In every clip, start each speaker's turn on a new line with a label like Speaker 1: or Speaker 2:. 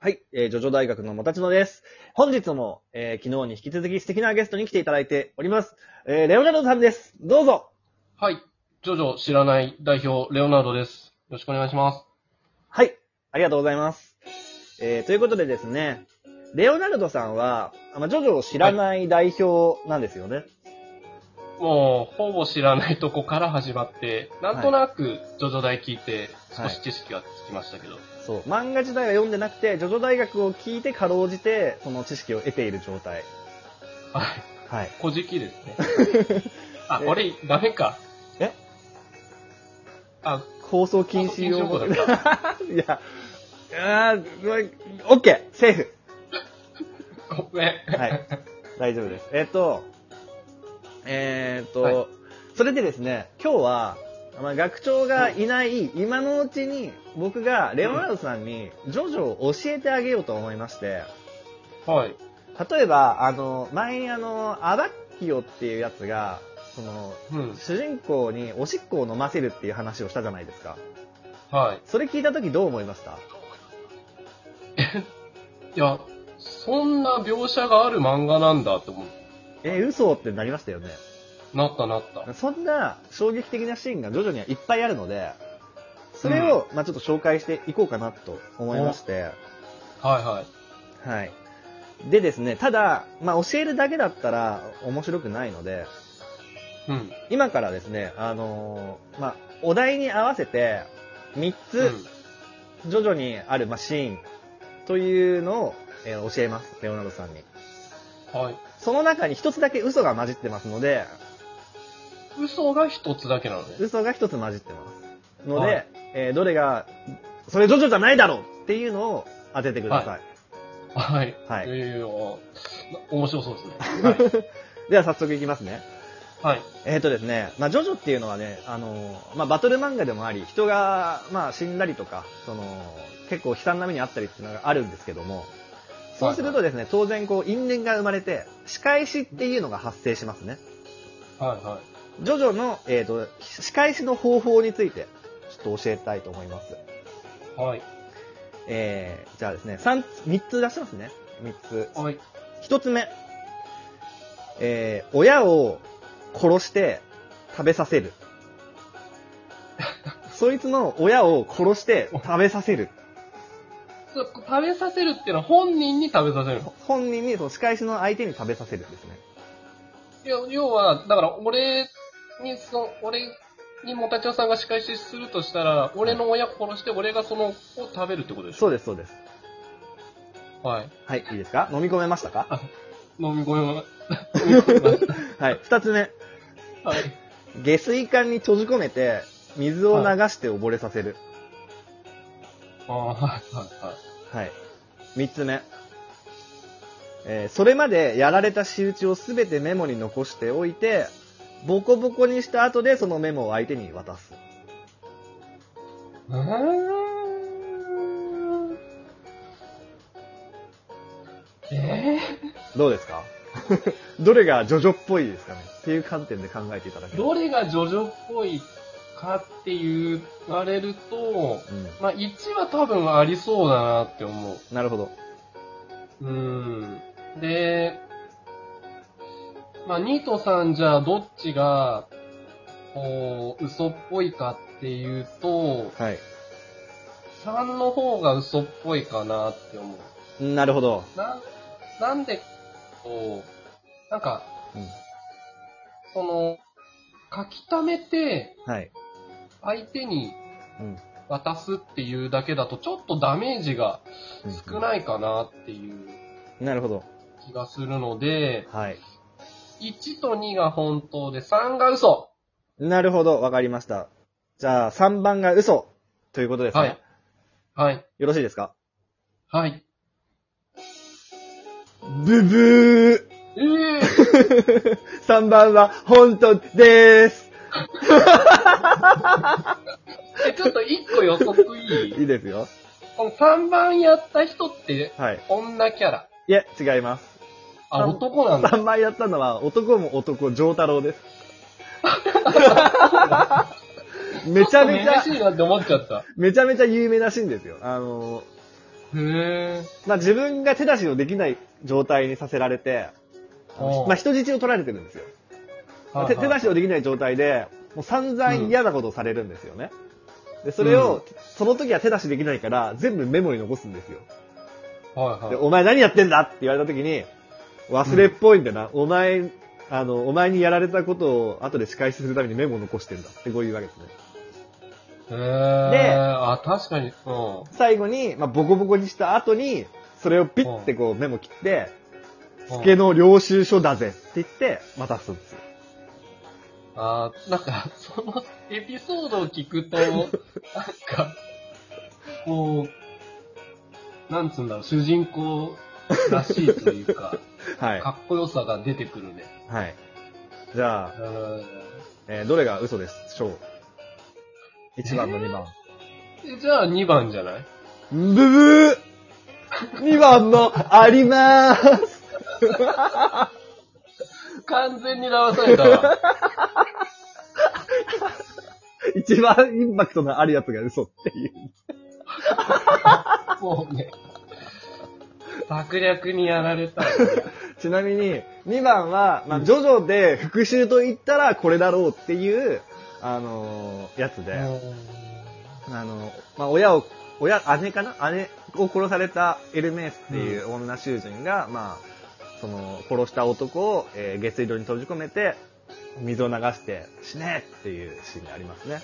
Speaker 1: はい、えー、ジョジョ大学のもたちのです。本日も、えー昨日に引き続き素敵なゲストに来ていただいております。えーレオナルドさんです。どうぞ。
Speaker 2: はい。ジョジョ知らない代表、レオナルドです。よろしくお願いします。
Speaker 1: はい、ありがとうございます。えーということでですね、レオナルドさんは、あまあジョジョを知らない代表なんですよね。
Speaker 2: もう、ほぼ知らないとこから始まって、なんとなく、ジョジョ大聞いて、少し知識がつきましたけど。
Speaker 1: そう、漫画自体は読んでなくて、ジョジョ大学を聞いてかろうじて、その知識を得ている状態。
Speaker 2: はい。
Speaker 1: はい。
Speaker 2: 小じきですね。あ、これ、ダメか。
Speaker 1: え
Speaker 2: あ、
Speaker 1: 放送禁止用語
Speaker 2: 放送
Speaker 1: い
Speaker 2: 禁止用
Speaker 1: や、あー、まあオッケーセーフ
Speaker 2: ごめん。
Speaker 1: はい。大丈夫です。えっ、と、えーっと、
Speaker 2: はい
Speaker 1: それでですね、今日は、まあ、学長がいない今のうちに、僕がレオナルドさんに、ジョジョを教えてあげようと思いまして、
Speaker 2: はい。
Speaker 1: 例えば、あの、前にあの、アバッキオっていうやつが、その、
Speaker 2: うん。
Speaker 1: 主人公におしっこを飲ませるっていう話をしたじゃないですか。
Speaker 2: はい。
Speaker 1: それ聞いた時どう思いました
Speaker 2: いや、そんな描写がある漫画なんだって思う。
Speaker 1: え、嘘ってなりましたよね。
Speaker 2: なったなった。
Speaker 1: そんな衝撃的なシーンが徐々にはいっぱいあるので、それを、まあちょっと紹介していこうかなと思いまして、
Speaker 2: はいはい。
Speaker 1: はい。でですね、ただ、まあ教えるだけだったら面白くないので、
Speaker 2: うん。
Speaker 1: 今からですね、あのーまあお題に合わせて、3
Speaker 2: う
Speaker 1: つ、徐々にある、まあ、シーンというのを、えー教えます、レオナルドさんに。
Speaker 2: ん。はい。
Speaker 1: その中に1つだけ嘘が混じってますので、
Speaker 2: 嘘が一つだけなのね。
Speaker 1: 嘘が一つ混じってます。ので、
Speaker 2: はい
Speaker 1: えーどれが、それジョジョじゃないだろうっていうのを当ててください。
Speaker 2: はい。
Speaker 1: はい
Speaker 2: やいやいやな面白そうですね。
Speaker 1: では早速いきますね。
Speaker 2: はい。はい。
Speaker 1: えっ、とですね、まあ、ジョジョっていうのはね、あのーまあ、バトル漫画でもあり、人が、まあ、死んだりとか、その、結構悲惨な目にあったりっていうのがあるんですけども、そうするとですね、当然こう、因縁が生まれて、仕返しっていうのが発生しますね。
Speaker 2: はいは
Speaker 1: ジョジョの、えっ、と、仕返しの方法について、ちょっと教えたいと思います。
Speaker 2: い。はい。
Speaker 1: えー、じゃあですね、三つ、三つ出しますね。三つ。
Speaker 2: はい。
Speaker 1: 一つ目。えー、親を殺して食べさせる。そいつの親を殺して食べさせる。
Speaker 2: そう食べさせるっていうのは本人に食べさせるの。
Speaker 1: 本人に、その仕返しの相手に食べさせるんですね。
Speaker 2: 要要は、だから俺に、その、俺にもたちおさんが仕返しするとしたら、俺の親殺して俺がその子を食べるってことでしょ
Speaker 1: そうです、そうです。
Speaker 2: はい。
Speaker 1: はい、いいですか飲み込めましたか
Speaker 2: 飲み込みま、飲み込みまし
Speaker 1: はい、二つ目。
Speaker 2: た。はい。
Speaker 1: 下水管に閉じ込めて、水を流して溺れさせる。
Speaker 2: ああ、はいはいはい。
Speaker 1: はい。三つ目。えーそれまでやられた仕打ちをすべてメモに残しておいて、ボコボコにした後でそのメモを相手に渡す。
Speaker 2: うーんえ
Speaker 1: どうですかどれがジョジョっぽいですかねっていう観点で考えていただけ
Speaker 2: ー、
Speaker 1: れば
Speaker 2: どれがジョジョっぽいかって言われると、
Speaker 1: うん。
Speaker 2: まあ、1は多分ありそうだなって思
Speaker 1: なるほど。
Speaker 2: う。うん。で、まあ、2と3じゃあどっちが、こう、嘘っぽいかっていうと、
Speaker 1: はい。
Speaker 2: 3の方が嘘っぽいかなって思う。
Speaker 1: なるほど。
Speaker 2: な、なんで、こう、なんか、
Speaker 1: うん
Speaker 2: その、書き溜めて
Speaker 1: はい。
Speaker 2: 相手に
Speaker 1: うん。
Speaker 2: 渡すっていうだけだと、ちょっとダメージが少ないかなっていう
Speaker 1: なるほど。
Speaker 2: 気がするので、
Speaker 1: はい。
Speaker 2: 1と2が本当で、3が嘘
Speaker 1: なるほど。わかりました。じゃあ、3番が嘘ということですね。
Speaker 2: はい。はい。
Speaker 1: よろしいですか
Speaker 2: はい。
Speaker 1: ブブー
Speaker 2: ええ
Speaker 1: 3番は本当でーす。
Speaker 2: えちょっと1個予測い
Speaker 1: い
Speaker 2: い
Speaker 1: いですよ。
Speaker 2: この3番やった人って、
Speaker 1: はい。
Speaker 2: 女キャラ。
Speaker 1: いや、違います。
Speaker 2: あ、
Speaker 1: 三
Speaker 2: 男な んだ。
Speaker 1: 3番やったのは男も男、上太郎です。めちゃめちゃ
Speaker 2: 珍、しいなって思っちゃった。
Speaker 1: めちゃめちゃ有名なシーンですよ。あの
Speaker 2: へえ。
Speaker 1: まあ自分が手出しをできない状態にさせられて、あの
Speaker 2: おう
Speaker 1: まあ人質を取られてるんですよ。手手出しをできない状態で、もう散々嫌なことをされるんですよね。で、それを、その時は手出しできないから、全部メモに残すんですよ。
Speaker 2: はいはい。
Speaker 1: で、お前何やってんだって言われた時に、忘れっぽいんだな。お前、あの、お前にやられたことを後で仕返しするためにメモを残してんだってこういうわけですね。
Speaker 2: へ
Speaker 1: で
Speaker 2: え。あ、確かに。うん。
Speaker 1: 最後に、まあ、ボコボコにした後に、それをピッてこうメモ切って、スケの領収書だぜって言って、またすんですよ。
Speaker 2: あーなんか、 そのエピソードを聞くと、なんか、こう、なんつうんだろう、主人公らしいという か、
Speaker 1: はい。
Speaker 2: かっこよさが出てくるね。
Speaker 1: はい。じゃあ
Speaker 2: う、ん
Speaker 1: えーどれが嘘でしょう ?1 番の2番。
Speaker 2: えじゃあ2番じゃない
Speaker 1: ブブー !2 番のありまーす
Speaker 2: 完全に騙されたわ。
Speaker 1: 一番インパクトのあるやつが嘘っていう。
Speaker 2: もうね、策略にやられたよ。
Speaker 1: ちなみに、2番は、まあ、ジョジョで復讐と言ったらこれだろうっていう、あのーやつで、あの、まあ、親を、親、姉かな姉を殺されたエルメースっていう女囚人が、まあ、その、殺した男を、えー下水道に閉じ込めて、水を流して、死ねっていうシーンがありますね。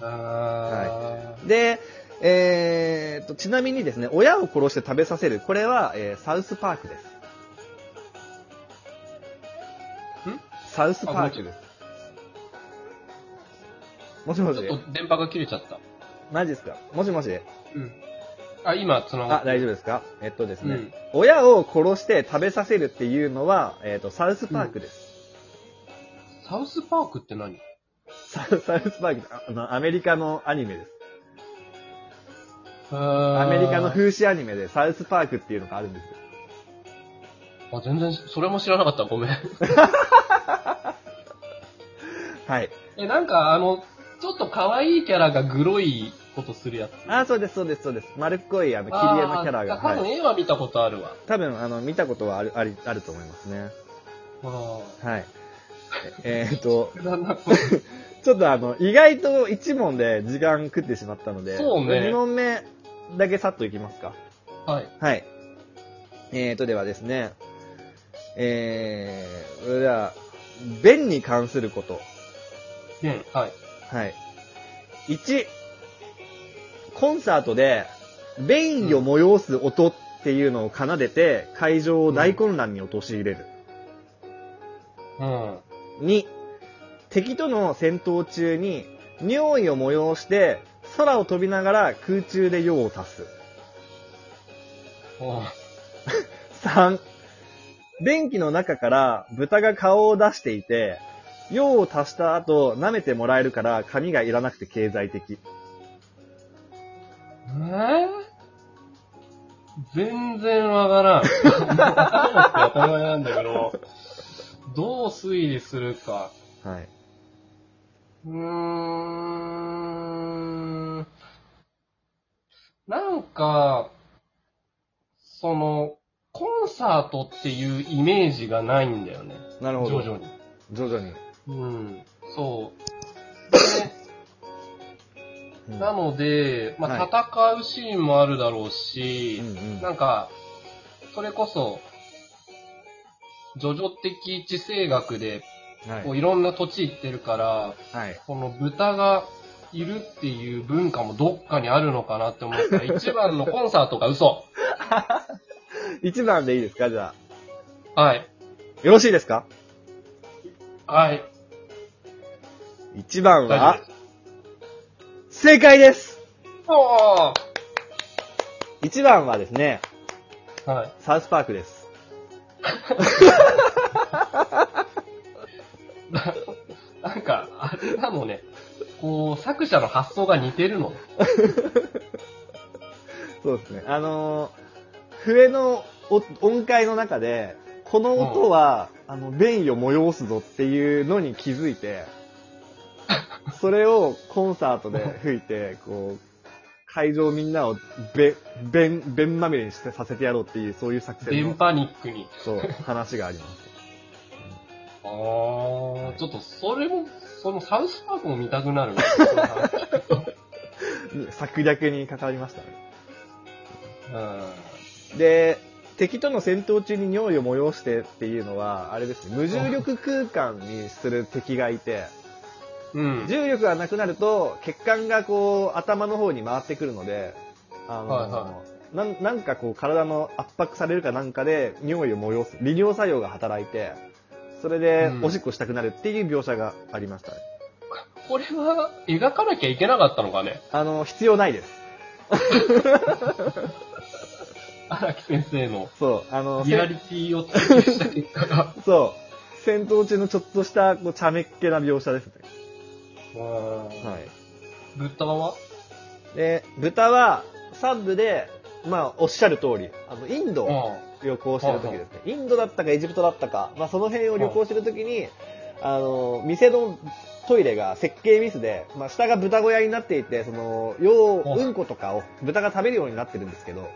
Speaker 2: あー
Speaker 1: で、えーっと、ちなみにですね、親を殺して食べさせる、これは、えーサウスパークです。
Speaker 2: ん
Speaker 1: サウスパークです。もしもし
Speaker 2: ちょっと電波が切れちゃった。
Speaker 1: マジですかもしもし
Speaker 2: うん。あ、今、その、
Speaker 1: あ、大丈夫ですかえっとですね、
Speaker 2: うん
Speaker 1: 親を殺して食べさせるっていうのは、えっと、サウスパークです。
Speaker 2: サウスパークって何
Speaker 1: サウサウスパークああの、アメリカのアニメです。ア
Speaker 2: ア
Speaker 1: メリカの風刺アニメでサウスパークっていうのがあるんですよ。
Speaker 2: あ、全然、それも知らなかった。ごめん。
Speaker 1: はい。
Speaker 2: え、なんか、あの、ちょっと可愛いキャラがグロいことするやつ。
Speaker 1: あ、そうです、そうです、そうです。丸っこい、あの、切り絵のキャラが。
Speaker 2: あー多分
Speaker 1: はい。
Speaker 2: 絵は見たことあるわ。
Speaker 1: 多分、あの、見たことはある、あり、あると思いますね。
Speaker 2: あ
Speaker 1: はい。ええーっと、
Speaker 2: ーだんだんこ
Speaker 1: ちょっとあの、意外と一問で時間食ってしまったので、
Speaker 2: そうね
Speaker 1: 2問目だけさっといきますか。
Speaker 2: うはい。
Speaker 1: はい。えーと、ではですね、えー、それでは、便に関すること。
Speaker 2: ね、はい。
Speaker 1: はい。1、コンサートで、便意を催す音っていうのを奏でて、会場を大混乱に陥れる。
Speaker 2: うん。
Speaker 1: 2、敵との戦闘中に、尿意を催して、空を飛びながら空中で用を足す。
Speaker 2: おー
Speaker 1: 3、便器の中から豚が顔を出していて、用を足した後、舐めてもらえるから髪がいらなくて経済的。
Speaker 2: えー全然わから ん。頭なんだけど、どう推理するか。
Speaker 1: はい。
Speaker 2: うーん。なんか、その、コンサートっていうイメージがないんだよね。
Speaker 1: なるほ
Speaker 2: 徐
Speaker 1: ど。
Speaker 2: 々に。
Speaker 1: 徐々に。
Speaker 2: うん。 そう。で
Speaker 1: うん
Speaker 2: なので、まあ、戦うシーンもあるだろうし、
Speaker 1: うんうん
Speaker 2: なんか、それこそ、ジョジョ的地政学で、
Speaker 1: はい
Speaker 2: こういろんな土地行ってるから、
Speaker 1: はい。
Speaker 2: この豚がいるっていう文化もどっかにあるのかなって思 ったら、一番のコンサートが嘘。
Speaker 1: 1番でいいですかじゃあ。
Speaker 2: はい。
Speaker 1: よろしいですか
Speaker 2: はい。
Speaker 1: ?1 番
Speaker 2: 大丈夫
Speaker 1: は
Speaker 2: で、す。
Speaker 1: 正解です
Speaker 2: お
Speaker 1: !1 番はですね、
Speaker 2: ーはい。
Speaker 1: サウスパークです。
Speaker 2: なんか、あれなのね。こう、作者の発想が似てるのね。
Speaker 1: そうですね。あのー笛の音音階の中で、この音は、あの、便意を催すぞっていうのに気づいて、それをコンサートで吹いて、こう、会場みんなをべ、べん、べんまみれにしてさせてやろうっていう、そういう作戦
Speaker 2: 電
Speaker 1: の、
Speaker 2: パニックに。
Speaker 1: そう、話があります。
Speaker 2: あー、
Speaker 1: い
Speaker 2: ちょっとそれも、そのサウスパークも見たくなる。
Speaker 1: 策略に関わりましたね。
Speaker 2: うん。
Speaker 1: で、敵との戦闘中に尿意を催してっていうのは、あれですね、無重力空間にする敵がいて、
Speaker 2: うん。
Speaker 1: 重力がなくなると、血管がこう、頭の方に回ってくるので、あの、
Speaker 2: はいは
Speaker 1: なんなんかこう、体の圧迫されるかなんかで、尿意を催す、利尿作用が働いて、それで
Speaker 2: う、ん
Speaker 1: おしっこしたくなるっていう描写がありましたね。
Speaker 2: これは描かなきゃいけなかったのかね
Speaker 1: あの、必要ないです。
Speaker 2: 荒木先生の
Speaker 1: そう、あの、
Speaker 2: リアリティを追求した結果が。
Speaker 1: せんそう、戦闘中のちょっとした、こう、茶目っ気な描写ですね。
Speaker 2: うん
Speaker 1: はい。
Speaker 2: 豚は
Speaker 1: で、豚は、サブで、まあ、おっしゃる通り、あの、インド
Speaker 2: う
Speaker 1: を旅行してる時ですね。インドだったかエジプトだったか、まあ、その辺を旅行してる時に、あの、店のトイレが設計ミスで、まあ、下が豚小屋になっていて、その、用、
Speaker 2: はい
Speaker 1: うんことかを豚が食べるようになってるんですけど、
Speaker 2: ん。はい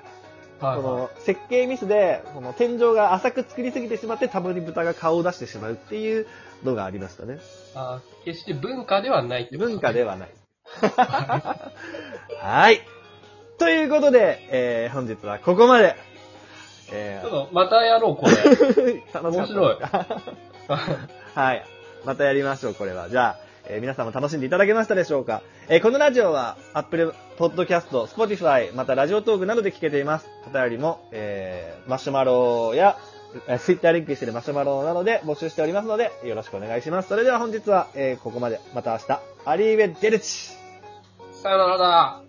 Speaker 1: そ
Speaker 2: は
Speaker 1: の、設計ミスで、その、天井が浅く作りすぎてしまって、たまに豚が顔を出してしまうっていうのがありましたね。
Speaker 2: い。あー決して文化ではないってこと
Speaker 1: 文化ではない。 はい。ということで、えー、本日はここまで。え
Speaker 2: ちょっとまたやろ う、これ。
Speaker 1: ー、楽しかった はい。またやりましょう、これは。じゃあ、えー皆さんも楽しんでいただけましたでしょうか。えーこのラジオは Apple Podcast、Spotify、またラジオトークなどで聞けています。お便りも、えーマシュマロや、えー Twitter リンクしているマシュマロなどで募集しておりますので、よろしくお願いします。それでは本日は、えーここまで。また明日、アリーベ・デルチ。
Speaker 2: さよならだ。